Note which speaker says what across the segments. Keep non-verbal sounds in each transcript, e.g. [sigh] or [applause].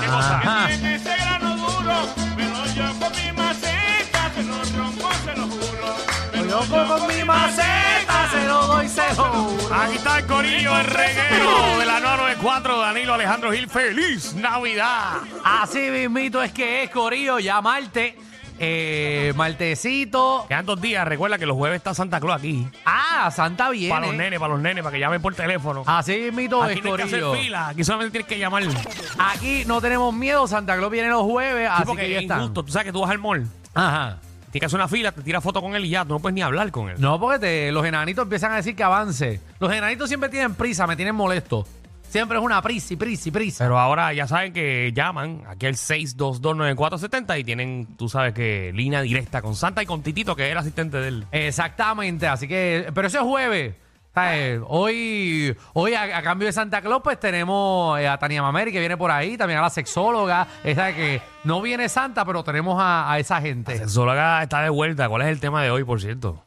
Speaker 1: qué cosa.
Speaker 2: En ese grano duro, pero yo con mi maceta se lo rompo, se lo juro. Pero
Speaker 3: Yo con mi maceta se lo doy, se lo juro.
Speaker 1: Aquí está el corillo, el reguero de la 994, Danilo Alejandro Gil. ¡Feliz Navidad!
Speaker 3: Así mismito es que es, Corillo, ya Marte. Eh, martecito.
Speaker 1: Quedan dos días, recuerda que los jueves está Santa Claus aquí.
Speaker 3: Ah, Santa viene.
Speaker 1: Para los nenes, para los nenes, para que llamen por
Speaker 2: Ah,
Speaker 1: teléfono.
Speaker 3: Así mismito
Speaker 2: pues,
Speaker 1: Aquí
Speaker 3: es,
Speaker 1: no hay que hacer
Speaker 3: Corillo.
Speaker 1: fila, aquí solamente tienes que llamar. Sí,
Speaker 3: Aquí no tenemos miedo, Santa Claus viene los jueves, así
Speaker 1: porque
Speaker 3: que ya
Speaker 1: es
Speaker 3: están.
Speaker 1: injusto. Tú sabes que tú vas al mall,
Speaker 3: Ajá.
Speaker 1: tienes que hacer una fila, te tiras foto con él y ya, tú no puedes ni hablar con él.
Speaker 3: No, porque te- los enanitos empiezan a decir que avance. Los enanitos siempre tienen prisa, me tienen molesto. Siempre es una prisa, prisa, prisa.
Speaker 1: Pero ahora ya saben que llaman aquí al 6229470 y tienen, tú sabes que, línea directa con Santa y con Titito, que era asistente de él.
Speaker 3: Exactamente, así que, pero ese es jueves. ¿sabes? Hoy, hoy a, a cambio de Santa Claus, pues tenemos eh, a Tania Mameri que viene por ahí, también a la sexóloga, esa que no viene Santa, pero tenemos a, a esa gente.
Speaker 1: Solo acá está de vuelta. ¿Cuál es el tema de hoy, por cierto?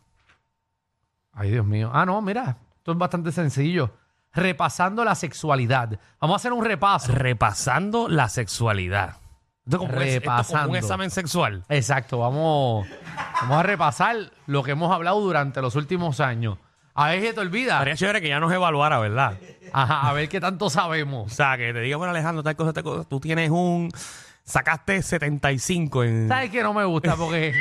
Speaker 3: Ay, Dios mío. Ah, no, mira, esto es bastante sencillo. Repasando la sexualidad. Vamos a hacer un repaso.
Speaker 1: Repasando la sexualidad. Esto es como, un- esto es como
Speaker 3: Repasando.
Speaker 1: un examen sexual.
Speaker 3: Exacto, vamos, vamos a repasar lo que hemos hablado durante los últimos años. A ver si te olvida.
Speaker 1: Estaría chévere que ya nos evaluara, ¿verdad?
Speaker 3: Ajá, a ver qué tanto
Speaker 1: O
Speaker 3: sabemos.
Speaker 1: sea, que te diga, bueno, Alejandro, tal cosa, tal cosa. Tú tienes un. Sacaste 75 en.
Speaker 3: ¿Sabes que no me gusta? Porque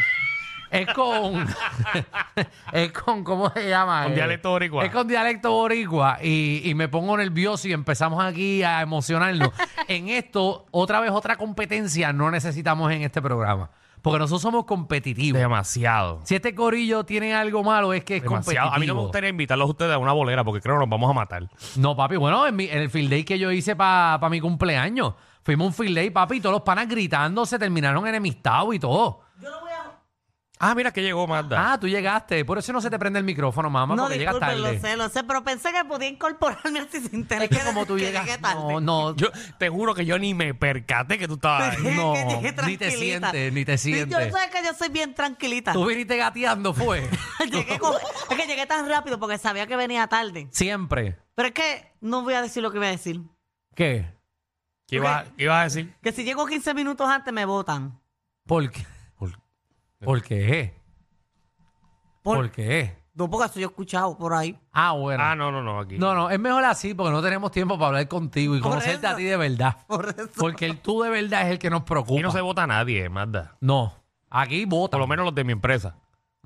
Speaker 3: es con. [laughs] es con, ¿cómo se llama? Eh,
Speaker 1: Con dialecto boricua.
Speaker 3: Es con dialecto boricua y, y me pongo nervioso y empezamos aquí a emocionarnos. en esto, otra vez, otra competencia no necesitamos en este programa. Porque nosotros somos competitivos.
Speaker 1: Demasiado.
Speaker 3: Si este corillo tiene algo malo, es que es
Speaker 1: Demasiado.
Speaker 3: competitivo.
Speaker 1: A mí no me gustaría invitarlos a ustedes a una bolera porque creo que nos vamos a matar.
Speaker 3: No, papi, bueno, en, mi- en el field day que yo hice para mi cumpleaños, fuimos a un field day, papi, y todos los panas gritando, se terminaron enemistados y todo.
Speaker 1: Ah, mira que llegó Magda.
Speaker 3: Ah, tú llegaste, por eso no se te prende el micrófono, mamá,
Speaker 4: No,
Speaker 3: porque llegas
Speaker 4: disculpen, lo
Speaker 3: tarde.
Speaker 4: sé, lo sé, pero pensé que podía incorporarme [laughs] así sin tener
Speaker 3: Es que como tú
Speaker 4: [laughs] que
Speaker 3: llegas,
Speaker 4: llegué tarde.
Speaker 3: no, no,
Speaker 1: Yo te juro que yo ni me percaté que tú estabas
Speaker 3: [laughs]
Speaker 1: ahí.
Speaker 4: que
Speaker 3: no,
Speaker 4: llegué
Speaker 3: ni te
Speaker 4: tranquilita.
Speaker 3: sientes, ni te
Speaker 4: Sí,
Speaker 3: sientes.
Speaker 4: yo sé que yo soy bien tranquilita.
Speaker 3: Tú viniste gateando, fue,
Speaker 4: [laughs] Llegué con- es que llegué tan rápido porque sabía que venía tarde.
Speaker 3: siempre.
Speaker 4: Pero es que no voy a decir lo que iba a decir.
Speaker 3: ¿Qué?
Speaker 1: ¿Qué ibas qué ibas a decir?
Speaker 4: Que si llego 15 minutos antes me votan.
Speaker 3: ¿Por qué? ¿Por, por qué?
Speaker 4: Por-
Speaker 3: ¿Por qué?
Speaker 4: No, porque eso yo he escuchado por ahí.
Speaker 3: Ah, bueno.
Speaker 1: Ah, no, no, no, aquí.
Speaker 3: No, no, es mejor así porque no tenemos tiempo para hablar contigo y
Speaker 4: Por
Speaker 3: conocerte a
Speaker 4: eso.
Speaker 3: ti de verdad.
Speaker 4: Por eso.
Speaker 3: Porque el tú de verdad es el que nos preocupa.
Speaker 1: Aquí no se vota a nadie, Magda.
Speaker 3: No, aquí vota.
Speaker 1: Por lo menos los de mi empresa.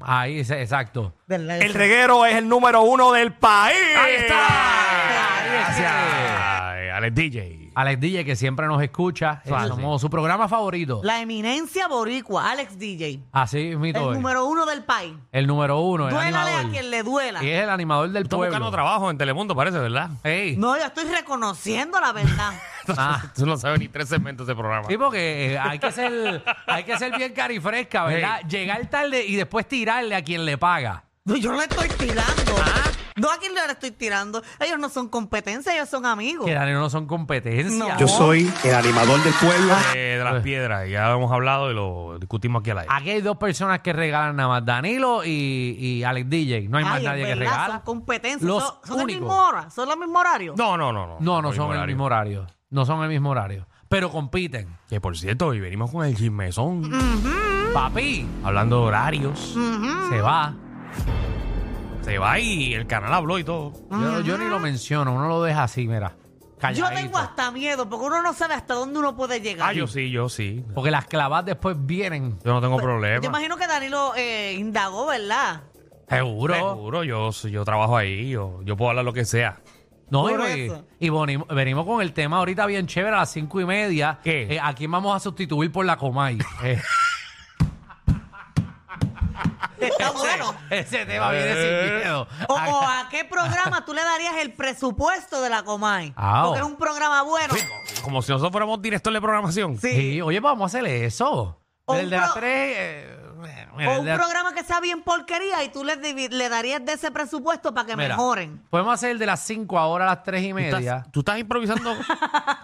Speaker 3: Ahí, es- exacto.
Speaker 4: ¿Verdad?
Speaker 2: El reguero es el número uno del país.
Speaker 1: ¡Ahí está!
Speaker 3: Ahí es que-
Speaker 1: Gracias. Ay, Alex DJ.
Speaker 3: Alex DJ, que siempre nos escucha.
Speaker 1: Eso
Speaker 3: Somos su programa favorito.
Speaker 4: La eminencia boricua, Alex DJ.
Speaker 3: Así
Speaker 4: El
Speaker 3: mito es.
Speaker 4: número uno del país.
Speaker 3: El número uno. eh. El
Speaker 4: Duélale a
Speaker 3: animador.
Speaker 4: quien le duela.
Speaker 3: Y es el animador del
Speaker 1: Estás buscando
Speaker 3: pueblo.
Speaker 1: trabajo en Telemundo, parece, ¿verdad? [laughs]
Speaker 3: Ey.
Speaker 4: No, yo estoy reconociendo
Speaker 3: [laughs]
Speaker 4: la verdad.
Speaker 3: Ah.
Speaker 1: Tú no sabes ni tres segmentos de programa.
Speaker 3: Sí, porque eh, hay que ser, hay que ser bien carifresca, ¿verdad? Llegar tarde y después tirarle a quien le paga.
Speaker 4: No, yo le estoy tirando.
Speaker 3: Ah.
Speaker 4: No a quién le estoy tirando. Ellos no son competencia, ellos son amigos.
Speaker 3: Que Daniel no son competencia.
Speaker 4: No.
Speaker 2: Yo soy el animador del pueblo.
Speaker 1: Eh, de las piedras, ya hemos hablado y lo discutimos aquí al aire.
Speaker 3: Aquí hay dos personas que regalan nada más, Danilo y, y Alex DJ. No hay más
Speaker 4: Ay,
Speaker 3: nadie
Speaker 4: es
Speaker 3: que
Speaker 4: verdad,
Speaker 3: regala.
Speaker 4: Son competencias.
Speaker 3: Los
Speaker 4: son son el
Speaker 3: únicos.
Speaker 4: mismo hora, son el mismo horario.
Speaker 1: No, no, no, no.
Speaker 3: No, no son el mismo horario. No son el mismo horario. Pero compiten.
Speaker 1: Que por cierto, y venimos con el chismezón,
Speaker 3: Mm. Papi,
Speaker 1: hablando de horarios.
Speaker 3: Mm.
Speaker 4: Mm.
Speaker 3: se va.
Speaker 1: Se va y el canal habló y todo.
Speaker 3: Yo, yo ni lo menciono, uno lo deja así, mira.
Speaker 4: Mm. yo
Speaker 3: Calladito.
Speaker 4: tengo hasta miedo porque uno no sabe hasta dónde uno puede llegar.
Speaker 1: Ah, yo sí, yo sí.
Speaker 3: Porque las clavas después vienen.
Speaker 1: Pues, Yo no tengo
Speaker 4: Yo
Speaker 1: problema.
Speaker 4: imagino que Danilo eh, indagó,
Speaker 3: [laughs]
Speaker 4: ¿verdad?
Speaker 3: Seguro.
Speaker 1: Seguro, yo, yo trabajo ahí, yo, yo puedo hablar lo que sea.
Speaker 3: No,
Speaker 4: Por
Speaker 3: y,
Speaker 4: eso.
Speaker 3: y venimos, venimos con el tema ahorita bien chévere a las cinco y media.
Speaker 1: ¿Qué?
Speaker 3: Eh, ¿A quién vamos a sustituir por la
Speaker 4: [laughs]
Speaker 3: Comay?
Speaker 4: Oh,
Speaker 3: Eh,
Speaker 4: Está bueno. Oh,
Speaker 3: ese tema viene sin
Speaker 1: Eh.
Speaker 3: miedo.
Speaker 4: O, o a qué programa tú le darías el presupuesto de la Comay.
Speaker 3: Ah,
Speaker 4: Porque
Speaker 3: oh.
Speaker 4: es un programa bueno.
Speaker 1: Como si nosotros fuéramos directores de programación.
Speaker 4: Sí.
Speaker 3: Sí, oye, vamos a hacer eso.
Speaker 4: O
Speaker 3: El
Speaker 4: un
Speaker 3: de las
Speaker 4: pro-
Speaker 3: tres. eh, mira,
Speaker 4: O
Speaker 3: el
Speaker 4: un
Speaker 3: de-
Speaker 4: programa que sea bien porquería y tú le, divi- le darías de ese presupuesto para que
Speaker 3: mira,
Speaker 4: mejoren.
Speaker 3: Podemos hacer el de las cinco ahora a las tres y
Speaker 1: ¿Tú
Speaker 3: media.
Speaker 1: estás, tú estás
Speaker 3: [laughs]
Speaker 1: improvisando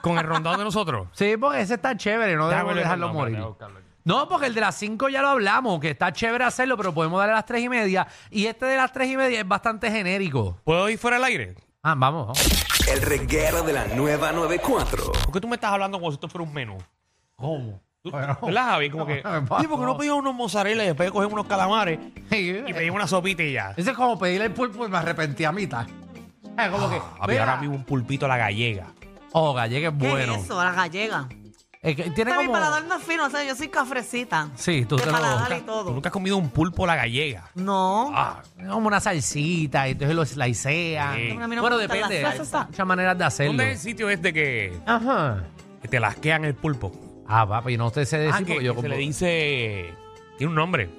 Speaker 1: con el rondado de nosotros?
Speaker 3: Sí, porque ese está chévere, no debemos
Speaker 1: Déjame
Speaker 3: dejarlo
Speaker 1: no,
Speaker 3: morir.
Speaker 1: espérate, déjame buscarlo aquí.
Speaker 3: No, porque el de las 5 ya lo hablamos, que está chévere hacerlo, pero podemos darle a las 3 y media. Y este de las 3 y media es bastante genérico.
Speaker 1: ¿Puedo ir fuera del aire?
Speaker 3: Ah, vamos. vamos.
Speaker 5: El reguero de la nueva 94.
Speaker 1: ¿Por qué tú me estás hablando como si esto fuera un menú?
Speaker 3: ¿Cómo?
Speaker 1: Tú- ¿Verdad, Javi? Como que.
Speaker 3: no.
Speaker 1: Sí, porque no pedimos unos mozzarella y después cogemos unos calamares y
Speaker 3: Eso
Speaker 1: pedimos una sopita y ya.
Speaker 3: eh, es como pedirle el pulpo y me arrepentí a mitad. Es como que.
Speaker 1: Javi,
Speaker 3: mira,
Speaker 1: Ah, ahora mismo un pulpito a la gallega.
Speaker 3: Oh, gallega es
Speaker 4: ¿Qué
Speaker 3: bueno.
Speaker 4: es eso? La gallega.
Speaker 3: Es que tiene
Speaker 4: Está mi
Speaker 3: como.
Speaker 4: paladar no es fino, o sea, yo soy cafrecita.
Speaker 3: Sí, tú
Speaker 4: de
Speaker 3: te lo-
Speaker 4: paladar y
Speaker 1: Tú
Speaker 4: todo.
Speaker 1: nunca has comido un pulpo a la gallega.
Speaker 4: No.
Speaker 1: Ah,
Speaker 3: Es como una salsita y entonces lo slicea.
Speaker 1: Sí.
Speaker 4: A mí no
Speaker 3: bueno,
Speaker 4: me gustan
Speaker 3: depende.
Speaker 4: las
Speaker 3: Hay
Speaker 4: salsas.
Speaker 3: muchas maneras de hacerlo.
Speaker 1: ¿Dónde es el sitio este que,
Speaker 3: Ajá.
Speaker 1: que te lasquean el pulpo?
Speaker 3: Ah, papi, no te sé decir
Speaker 1: Ah, que,
Speaker 3: porque yo
Speaker 1: que se
Speaker 3: como-
Speaker 1: le dice. Tiene un nombre.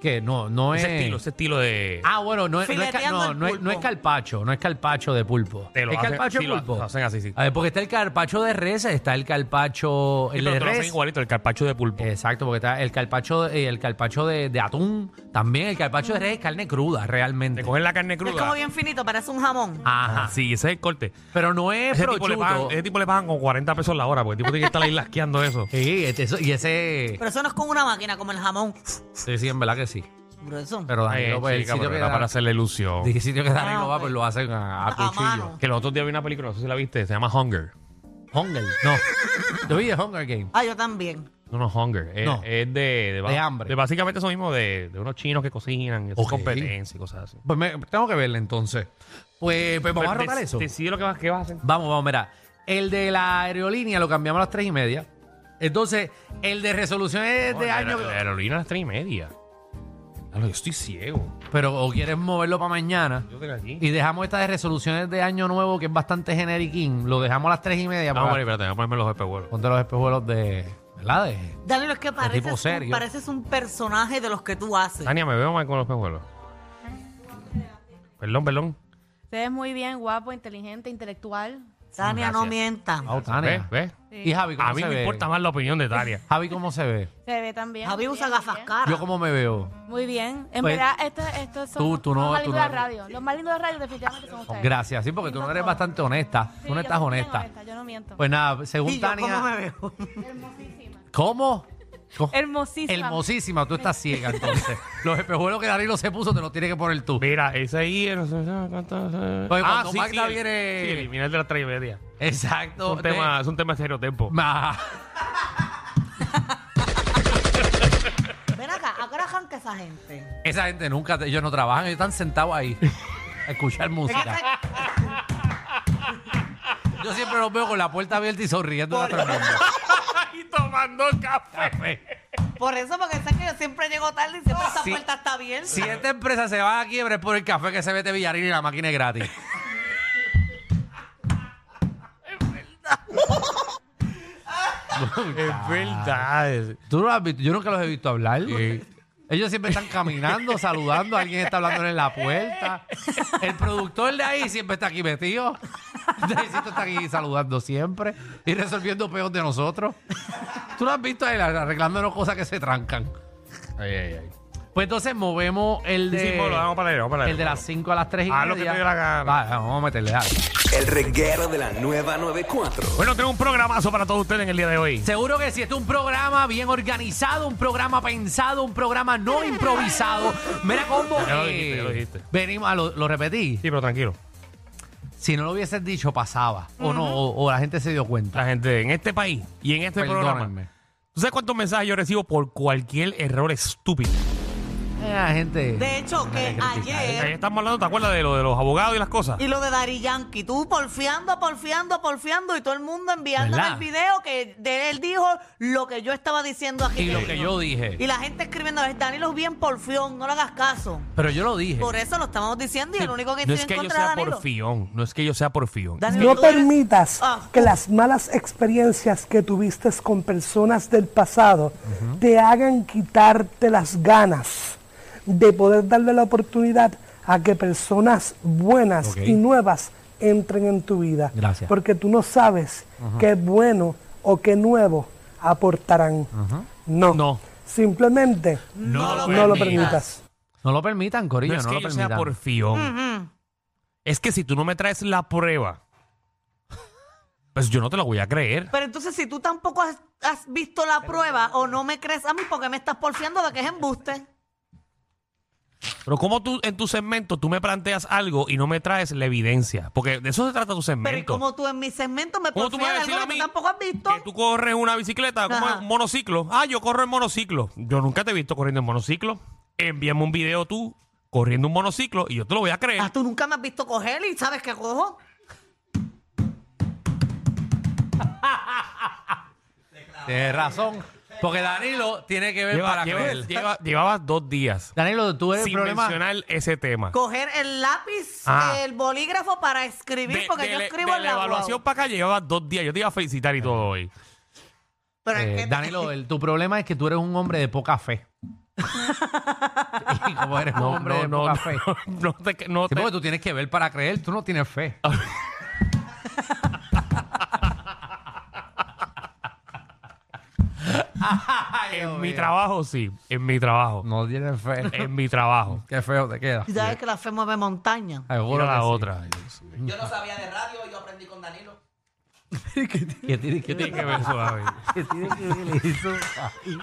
Speaker 3: que no, no es.
Speaker 1: Ese estilo, ese estilo de.
Speaker 3: Ah, bueno, no es, no, es, ca-
Speaker 4: Fileteando
Speaker 3: no,
Speaker 4: el
Speaker 3: no es,
Speaker 4: pulpo.
Speaker 3: no es carpacho, no es carpacho de pulpo.
Speaker 1: Te lo
Speaker 3: ¿Es
Speaker 1: hacen-
Speaker 3: carpacho
Speaker 1: sí,
Speaker 3: de
Speaker 1: lo
Speaker 3: pulpo? Ah,
Speaker 1: hacen así, sí.
Speaker 3: A ver, porque está el carpacho de res, está el carpacho
Speaker 1: Sí,
Speaker 3: el
Speaker 1: pero
Speaker 3: de
Speaker 1: te lo hacen
Speaker 3: res.
Speaker 1: igualito, el carpacho de pulpo.
Speaker 3: Exacto, porque está el carpacho, de- el carpacho de, de atún, también el carpacho de res es carne cruda, realmente.
Speaker 1: Te cogen la carne
Speaker 4: Es
Speaker 1: cruda.
Speaker 4: como bien finito, parece un jamón.
Speaker 3: Ah,
Speaker 1: Ajá.
Speaker 3: Ajá.
Speaker 1: Sí, ese es el corte.
Speaker 3: Pero no es
Speaker 1: Ese tipo, le pagan,
Speaker 3: prochuto.
Speaker 1: ese tipo le pagan con 40 pesos la hora, porque el tipo tiene que estar ahí lasqueando
Speaker 3: [laughs]
Speaker 1: eso.
Speaker 3: Sí, este- eso- y ese.
Speaker 4: Pero eso no es con una máquina, como el jamón.
Speaker 3: Sí, sí, en verdad que sí.
Speaker 4: Grueso.
Speaker 3: Pero Danilo,
Speaker 1: Eh,
Speaker 3: pues, el
Speaker 1: chica,
Speaker 3: sitio
Speaker 1: pero
Speaker 3: que,
Speaker 1: era para hacerle ilusión.
Speaker 3: [laughs] el sitio que Danilo
Speaker 4: Ah,
Speaker 3: va,
Speaker 4: ok.
Speaker 3: pues lo hacen a, a
Speaker 4: A
Speaker 3: cuchillo.
Speaker 4: mano.
Speaker 1: Que los otros días vi una película, no sé si la viste, se llama Hunger.
Speaker 3: Hunger. No. Yo vi de Hunger Game.
Speaker 4: Ah, yo también.
Speaker 1: No, no, Hunger. Es,
Speaker 3: No.
Speaker 1: es de, de, ba-
Speaker 3: De hambre.
Speaker 1: de básicamente eso mismo, de, de unos chinos que cocinan, y hacen
Speaker 3: Ok.
Speaker 1: competencia y cosas así.
Speaker 3: Pues me- tengo que verle entonces. Pues, pues vamos a
Speaker 1: Pero
Speaker 3: rotar
Speaker 1: dec-
Speaker 3: eso.
Speaker 1: Decide lo que vas, que vas a hacer.
Speaker 3: Vamos, vamos, mira. El de la aerolínea lo cambiamos a las tres y media. Entonces, el de resoluciones
Speaker 1: No,
Speaker 3: de
Speaker 1: la-
Speaker 3: año.
Speaker 1: La, la aerolínea a las 3 y media. Claro, yo estoy ciego.
Speaker 3: Pero o quieres moverlo para mañana.
Speaker 1: Yo tengo aquí.
Speaker 3: Y dejamos esta de resoluciones de año nuevo, que es bastante generiquín. Lo dejamos a las tres y media.
Speaker 1: Vamos,
Speaker 3: para-
Speaker 1: Mari, espérate, voy a ponerme los espejuelos.
Speaker 3: Ponte los espejuelos de. ¿Verdad? De-
Speaker 4: Danilo, es que pareces,
Speaker 3: tipo
Speaker 4: un-
Speaker 3: serio.
Speaker 4: pareces un personaje de los que tú haces.
Speaker 1: Tania, ¿me veo mal con los espejuelos? Perdón, perdón.
Speaker 6: Usted es muy bien, guapo, inteligente, intelectual.
Speaker 4: Tania, no
Speaker 1: Gracias.
Speaker 4: mienta.
Speaker 3: Oh,
Speaker 1: ¿Ves?
Speaker 3: Tania.
Speaker 1: ¿Ves?
Speaker 3: ¿Y Javi cómo
Speaker 1: A mí
Speaker 3: se
Speaker 1: me
Speaker 3: ve?
Speaker 1: importa más la opinión de [laughs] Tania.
Speaker 3: Javi, ¿cómo se ve?
Speaker 6: Se ve también.
Speaker 4: Javi
Speaker 6: muy
Speaker 4: usa
Speaker 6: bien,
Speaker 4: gafas
Speaker 6: muy bien.
Speaker 4: caras.
Speaker 3: ¿Yo cómo me veo?
Speaker 6: Muy bien. En
Speaker 3: Pues,
Speaker 6: verdad, esto- estos son
Speaker 3: tú- tú no-
Speaker 6: los más
Speaker 3: tú
Speaker 6: lindos
Speaker 3: no-
Speaker 6: de la radio. Los más lindos de la radio definitivamente son ustedes.
Speaker 3: Gracias, sí, porque tú no eres bastante honesta.
Speaker 6: Sí,
Speaker 3: Tú no
Speaker 6: yo
Speaker 3: estás
Speaker 6: soy bien
Speaker 3: honesta.
Speaker 6: Yo no miento.
Speaker 3: Pues nada,
Speaker 4: ¿Y
Speaker 3: según
Speaker 4: yo cómo me
Speaker 3: Tania. [laughs]
Speaker 4: veo?
Speaker 6: Hermosísima.
Speaker 3: ¿Cómo? Co-
Speaker 6: Hermosísima.
Speaker 3: Hermosísima, tú estás
Speaker 1: [laughs]
Speaker 3: ciega entonces. Los espejuelos que Danilo se puso te los tienes que poner tú.
Speaker 1: Mira, ese ahí. eh, el-
Speaker 3: cuando Magda viene-
Speaker 1: Ah, Sí, eliminar de las tres y media. Es
Speaker 3: Exacto.
Speaker 1: un, tema, es un tema de cero [laughs] tiempo.
Speaker 3: Ma-
Speaker 4: Ven acá, ¿a qué hora arranca esa gente?
Speaker 3: Esa gente nunca, te- ellos no trabajan, ellos están sentados ahí a escuchar
Speaker 1: [laughs]
Speaker 3: música. Yo siempre los veo con la puerta abierta y sonriendo a todo el mundo.
Speaker 1: y tomando café.
Speaker 4: Por eso, porque sabes que yo siempre llego tarde y siempre esa
Speaker 3: Sí.
Speaker 4: puerta está abierta.
Speaker 3: Si esta empresa se va a quiebre es por el café que se mete Villarín y la máquina es gratis.
Speaker 1: Es verdad.
Speaker 3: ¿Tú no lo has visto? Yo nunca los he visto hablar. Ellos siempre están caminando, saludando, alguien está hablando en la puerta. El productor de ahí siempre está aquí metido. Necesito está aquí saludando siempre y resolviendo peos de nosotros. ¿Tú lo has visto a él arreglándonos cosas que se trancan?
Speaker 1: Ay, ay, ay.
Speaker 3: Pues entonces movemos el
Speaker 1: Sí,
Speaker 3: de,
Speaker 1: sí, ponlo, vamos para adelante, vamos para
Speaker 3: el de
Speaker 1: adelante,
Speaker 3: las 5 a las 3 y
Speaker 1: Haz lo que
Speaker 3: media.
Speaker 1: te dé la gana.
Speaker 3: Va, vamos a meterle. dale.
Speaker 5: El reguero de la nueva 94.
Speaker 1: Bueno, tengo un programazo para todos ustedes en el día de hoy.
Speaker 3: Seguro que si este es un programa bien organizado, un programa pensado, un programa no improvisado. Mira cómo. eh,
Speaker 1: Ya lo dijiste, ya lo dijiste.
Speaker 3: Venimos a lo, lo repetí.
Speaker 1: Sí, pero tranquilo.
Speaker 3: Si no lo hubieses dicho, pasaba. O no, o, o la gente se dio cuenta.
Speaker 1: La gente en este país y en este programa.
Speaker 3: Perdónenme.
Speaker 1: ¿Tú sabes cuántos mensajes yo recibo por cualquier error estúpido?
Speaker 3: Eh, La gente.
Speaker 4: De hecho, que
Speaker 1: Ahí
Speaker 3: ¿eh?
Speaker 4: ayer...
Speaker 1: estamos hablando, ¿te acuerdas de lo de los abogados y las cosas?
Speaker 4: Eh. Y lo de Dari Yankee, tú porfiando, porfiando, porfiando y todo el mundo enviándome
Speaker 3: ¿Verdad?
Speaker 4: el video que de él dijo lo que yo estaba diciendo aquí.
Speaker 3: Y lo que yo dije.
Speaker 4: Y la gente escribiendo, Danilo es bien porfión, no le hagas caso.
Speaker 3: Pero yo lo dije.
Speaker 4: Por eso lo estamos diciendo y el único que
Speaker 1: no
Speaker 4: tiene
Speaker 1: es que
Speaker 4: en
Speaker 1: yo
Speaker 4: contra
Speaker 1: sea
Speaker 4: es Danilo.
Speaker 1: porfión, no es que yo sea porfión.
Speaker 4: Danilo,
Speaker 7: No
Speaker 4: tú eres-
Speaker 7: permitas
Speaker 4: Ah.
Speaker 7: que las malas experiencias que tuviste con personas del pasado te hagan quitarte las ganas de poder darle la oportunidad a que personas buenas
Speaker 3: Ok.
Speaker 7: y nuevas entren en tu vida.
Speaker 3: Gracias.
Speaker 7: Porque tú no sabes qué bueno o qué nuevo aportarán. No.
Speaker 3: No.
Speaker 7: Simplemente
Speaker 1: No lo
Speaker 7: no lo
Speaker 1: permitas.
Speaker 7: permitas.
Speaker 3: No lo permitan, Corillo,
Speaker 1: No
Speaker 3: no,
Speaker 1: es que
Speaker 3: lo
Speaker 1: yo sea
Speaker 3: permitan.
Speaker 1: porfión.
Speaker 4: Mm-hmm.
Speaker 1: Es que si tú no me traes la prueba, pues yo no te la voy a creer.
Speaker 4: Pero entonces, si tú tampoco has, has visto la prueba o no me crees a mí, porque me estás porfiando de que es embuste?
Speaker 1: Pero ¿cómo tú en tu segmento tú me planteas algo y no me traes la evidencia? Porque de eso se trata tu segmento.
Speaker 4: Pero ¿y cómo tú en mi segmento me
Speaker 1: ¿Cómo tú me vas a
Speaker 4: posees
Speaker 1: decir
Speaker 4: algo
Speaker 1: a
Speaker 4: que
Speaker 1: mí
Speaker 4: tú tampoco has visto?
Speaker 1: que tú corres una bicicleta, como
Speaker 4: Ajá.
Speaker 1: un monociclo? Ah, yo corro en monociclo. Yo nunca te he visto corriendo en monociclo. Envíame un video tú corriendo un monociclo y yo te lo voy a creer.
Speaker 4: Ah, tú nunca me has visto coger y sabes que cojo.
Speaker 3: Tienes razón. Porque Danilo tiene que ver
Speaker 1: Lleva-
Speaker 3: para
Speaker 1: lleva-
Speaker 3: creer.
Speaker 1: lleva- llevabas dos días
Speaker 3: Danilo, tú eres el
Speaker 1: sin
Speaker 3: problema.
Speaker 1: mencionar ese tema.
Speaker 4: Coger el lápiz,
Speaker 1: Ah.
Speaker 4: el bolígrafo para escribir,
Speaker 1: De-
Speaker 4: porque
Speaker 1: de
Speaker 4: yo
Speaker 1: la-
Speaker 4: escribo
Speaker 1: de
Speaker 4: en
Speaker 1: la
Speaker 4: la guagua.
Speaker 1: evaluación para acá llevabas dos días. Yo te iba a felicitar y todo hoy.
Speaker 4: Pero es
Speaker 3: Eh,
Speaker 4: que-
Speaker 3: Danilo, el- tu problema es que tú eres un hombre de poca [laughs] fe. y como eres un
Speaker 1: No,
Speaker 3: hombre
Speaker 1: no,
Speaker 3: de
Speaker 1: no,
Speaker 3: poca
Speaker 1: no,
Speaker 3: fe.
Speaker 1: [laughs] no te, no
Speaker 3: Sí,
Speaker 1: te-
Speaker 3: porque tú tienes que ver para creer, tú no tienes fe. Ay, Dios
Speaker 1: en mi
Speaker 3: mío.
Speaker 1: trabajo sí, en mi trabajo,
Speaker 3: No tienes [laughs] fe.
Speaker 1: en mi trabajo.
Speaker 3: Eh, Qué feo te queda.
Speaker 4: Tú sabes que la fe mueve montaña.
Speaker 1: Mira
Speaker 3: Seguro
Speaker 1: la
Speaker 3: que sí.
Speaker 1: otra. Dios mío.
Speaker 8: Yo no sabía de radio, yo aprendí con Danilo.
Speaker 3: ¿Qué tiene que
Speaker 1: ¿Qué tiene que ver eso,
Speaker 3: [laughs]
Speaker 1: David?
Speaker 3: ¿Qué tiene que ver eso? Javi?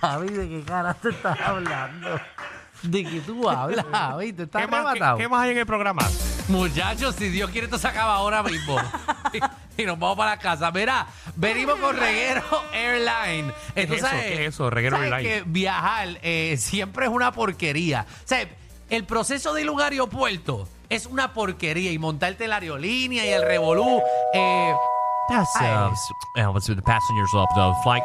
Speaker 3: Javi, ¿de qué cara te estás hablando? ¿De qué tú hablas, Javi? ¿Te estás
Speaker 1: ¿Qué más, qué-
Speaker 3: rematado?
Speaker 1: qué más hay en el programa?
Speaker 3: Muchachos, si Dios quiere, esto se acaba ahora
Speaker 4: [laughs]
Speaker 3: mismo. y, y nos vamos para la casa. Mira, venimos con Reguero Airline. Entonces,
Speaker 1: eso? ¿Qué es eso, Reguero
Speaker 3: ¿sabes
Speaker 1: Airline?
Speaker 3: que viajar eh, siempre es una porquería. O sea, el proceso de lugar y aeropuerto es una porquería. Y montarte en la aerolínea y el revolú. eh, Ah,
Speaker 9: That's
Speaker 3: Hi.
Speaker 9: uh, s- uh, what's with the passengers of the flight.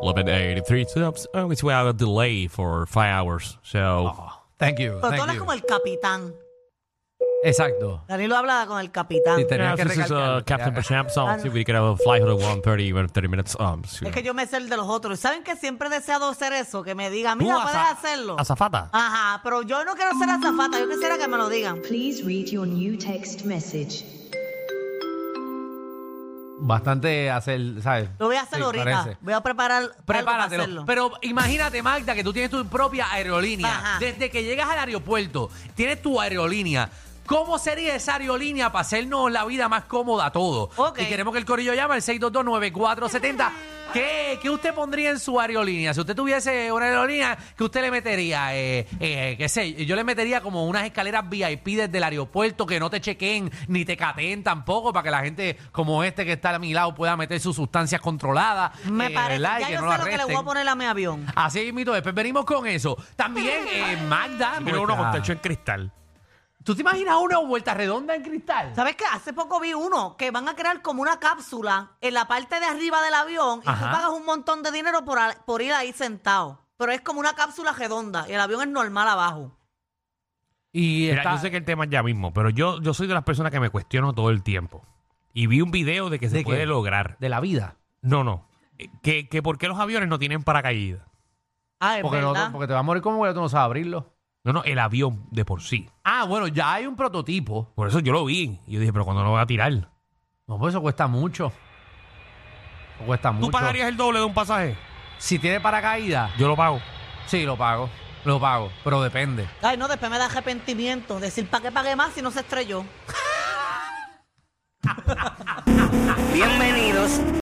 Speaker 9: 1183.
Speaker 1: uh,
Speaker 9: So it's- oh, it's we have a delay for five hours. So
Speaker 3: thank you.
Speaker 4: Pero
Speaker 3: thank
Speaker 4: tú hablas
Speaker 3: you.
Speaker 4: como el capitán.
Speaker 3: Exacto.
Speaker 4: Danilo hablaba con el capitán.
Speaker 3: Sí,
Speaker 9: yeah,
Speaker 3: tenías que
Speaker 9: this is uh,
Speaker 3: recalcarlo.
Speaker 9: Captain
Speaker 3: Ya.
Speaker 9: Basham. So see if we can have a flight for 130, even 30 minutes. Um, so-
Speaker 4: Es que yo me sé el de los otros. ¿Saben que siempre he deseado hacer eso? Que me digan, mira,
Speaker 1: Tú,
Speaker 4: puedes
Speaker 1: aza-
Speaker 4: hacerlo.
Speaker 1: Azafata.
Speaker 4: Ajá, pero yo no quiero ser azafata, yo quisiera que me lo digan.
Speaker 10: Please read your new text message.
Speaker 3: Bastante hacer, ¿sabes?
Speaker 4: Lo voy a hacer
Speaker 3: Sí,
Speaker 4: ahorita.
Speaker 3: parece.
Speaker 4: Voy a preparar algo para
Speaker 3: Prepáratelo.
Speaker 4: hacerlo.
Speaker 3: Pero imagínate, Magda, que tú tienes tu propia aerolínea.
Speaker 4: Ajá.
Speaker 3: Desde que llegas al aeropuerto, tienes tu aerolínea. ¿Cómo sería esa aerolínea para hacernos la vida más cómoda a todos?
Speaker 4: Ok.
Speaker 3: Y queremos que el corillo llame al 622-9470. ¿Qué, qué usted pondría en su aerolínea? Si usted tuviese una aerolínea, ¿qué usted le metería? Eh, eh, qué sé, yo le metería como unas escaleras VIP desde el aeropuerto que no te chequeen ni te cateen tampoco para que la gente como este que está a mi lado pueda meter sus sustancias controladas.
Speaker 4: me
Speaker 3: eh,
Speaker 4: parece,
Speaker 3: ¿verdad? Y
Speaker 4: ya
Speaker 3: que
Speaker 4: yo
Speaker 3: no
Speaker 4: sé lo que le voy a
Speaker 3: arresten.
Speaker 4: poner a mi avión.
Speaker 3: Así mismo, después venimos con eso.
Speaker 4: [laughs]
Speaker 3: También, eh, Magda.
Speaker 1: Yo quiero uno
Speaker 3: nuestra-
Speaker 1: con techo en cristal.
Speaker 3: ¿Tú te imaginas una vuelta redonda en cristal?
Speaker 4: ¿Sabes qué? Hace poco vi uno que van a crear como una cápsula en la parte de arriba del avión y tú
Speaker 3: Ajá.
Speaker 4: pagas un montón de dinero por, al- por ir ahí sentado. Pero es como una cápsula redonda y el avión es normal abajo.
Speaker 3: Y
Speaker 1: Mira,
Speaker 3: está-
Speaker 1: yo sé que el tema es ya mismo, pero yo, yo soy de las personas que me cuestiono todo el tiempo. Y vi un video de que se
Speaker 3: ¿De qué?
Speaker 1: puede lograr.
Speaker 3: de la vida.
Speaker 1: No, no. Eh, Que, que por qué los aviones no tienen paracaídas.
Speaker 4: Ah, es
Speaker 3: Porque, no-
Speaker 4: verdad.
Speaker 3: porque te va a morir como vuelo, tú no sabes abrirlo.
Speaker 1: No, no, el avión de por sí.
Speaker 3: Ah, bueno, ya hay un prototipo.
Speaker 1: Por eso yo lo vi. Y yo dije, pero cuando lo voy a tirar?
Speaker 3: No, pues eso cuesta mucho. Eso cuesta
Speaker 1: ¿Tú
Speaker 3: mucho.
Speaker 1: pagarías el doble de un pasaje?
Speaker 3: Si tiene paracaídas,
Speaker 1: Yo lo pago.
Speaker 3: sí, lo pago. Lo pago, pero depende.
Speaker 4: Ay, no, después me da arrepentimiento. Decir, ¿para qué pagué más si no se estrelló?
Speaker 11: Bienvenidos